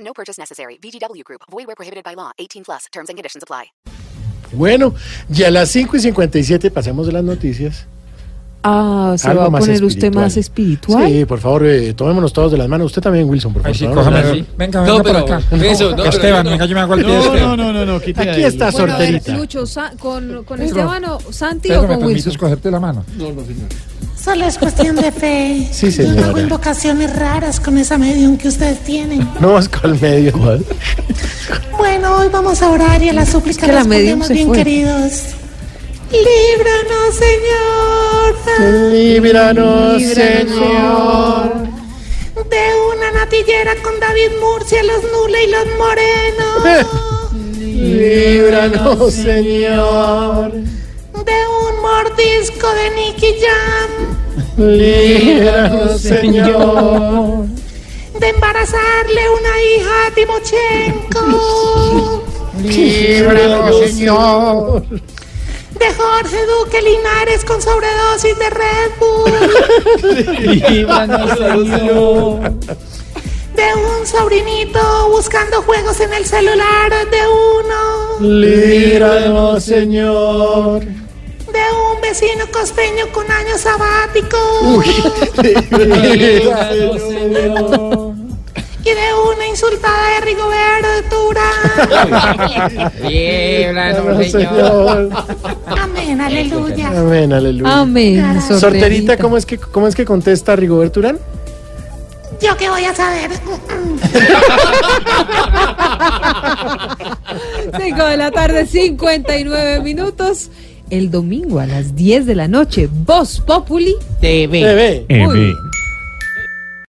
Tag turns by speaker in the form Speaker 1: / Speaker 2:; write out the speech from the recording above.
Speaker 1: No purchase necessary. VGW Group. Void where prohibited by law. 18 plus. Terms and conditions apply.
Speaker 2: Bueno, ya a las 5 y 57 pasamos de las noticias.
Speaker 3: Ah, ¿se
Speaker 2: Algo
Speaker 3: va a
Speaker 2: más
Speaker 3: poner usted más espiritual?
Speaker 2: Sí, por favor, eh, tomémonos todos de las manos. Usted también, Wilson, por favor.
Speaker 4: Ay, sí,
Speaker 2: No,
Speaker 4: cójame
Speaker 2: no, no.
Speaker 4: así.
Speaker 5: Venga,
Speaker 4: no,
Speaker 5: venga
Speaker 4: pero,
Speaker 5: para acá.
Speaker 4: Eso, no, pero-
Speaker 5: Esteban,
Speaker 4: no.
Speaker 5: venga, yo me hago al pie de
Speaker 4: No,
Speaker 5: Esteban.
Speaker 4: no, no, no, no, quita
Speaker 2: Aquí
Speaker 4: el-
Speaker 2: está
Speaker 3: Bueno, a ver,
Speaker 2: sorterita.
Speaker 3: Lucho, Sa- ¿con, con
Speaker 5: Pedro.
Speaker 3: Esteban o Santi
Speaker 5: Pedro,
Speaker 3: o
Speaker 5: ¿me
Speaker 3: con
Speaker 5: permites
Speaker 3: Wilson?
Speaker 5: cogerte la mano?
Speaker 6: Solo es cuestión de fe.
Speaker 2: Sí,
Speaker 6: Yo no hago
Speaker 2: señora.
Speaker 6: invocaciones raras con esa medium que ustedes tienen.
Speaker 2: No, es con el medio.
Speaker 6: Bueno, hoy vamos a orar y a la súplica
Speaker 3: Es que la medium
Speaker 6: respondemos
Speaker 3: se
Speaker 6: bien,
Speaker 3: fue.
Speaker 6: queridos. Líbranos, Señor,
Speaker 2: Líbranos,
Speaker 3: Líbranos,
Speaker 2: Señor.
Speaker 6: de una natillera con David Murcia, los Nula y los Morenos.
Speaker 2: Líbranos, Señor.
Speaker 6: De un mordisco de Nicky Jam.
Speaker 2: Líbranos, Señor.
Speaker 6: De embarazarle una hija a Timochenko.
Speaker 2: Líbranos, Señor.
Speaker 6: De Jorge Duque Linares con sobredosis de Red Bull. De un sobrinito buscando juegos en el celular de uno.
Speaker 2: Líbranos, Señor.
Speaker 6: De un vecino costeño con año sabático. Y de una insultada de Rigoberto Urán.
Speaker 2: Líbranos, Señor.
Speaker 6: Amén, aleluya.
Speaker 2: Amén, aleluya.
Speaker 3: Amén.
Speaker 2: Sorterita, ¿cómo es que cómo es que contesta Rigoberto Urán?
Speaker 6: Yo qué voy a saber.
Speaker 3: Cinco de la tarde, 59 minutos. El domingo a las 10 de la noche, Voz Populi.
Speaker 2: Bebé.
Speaker 3: Muy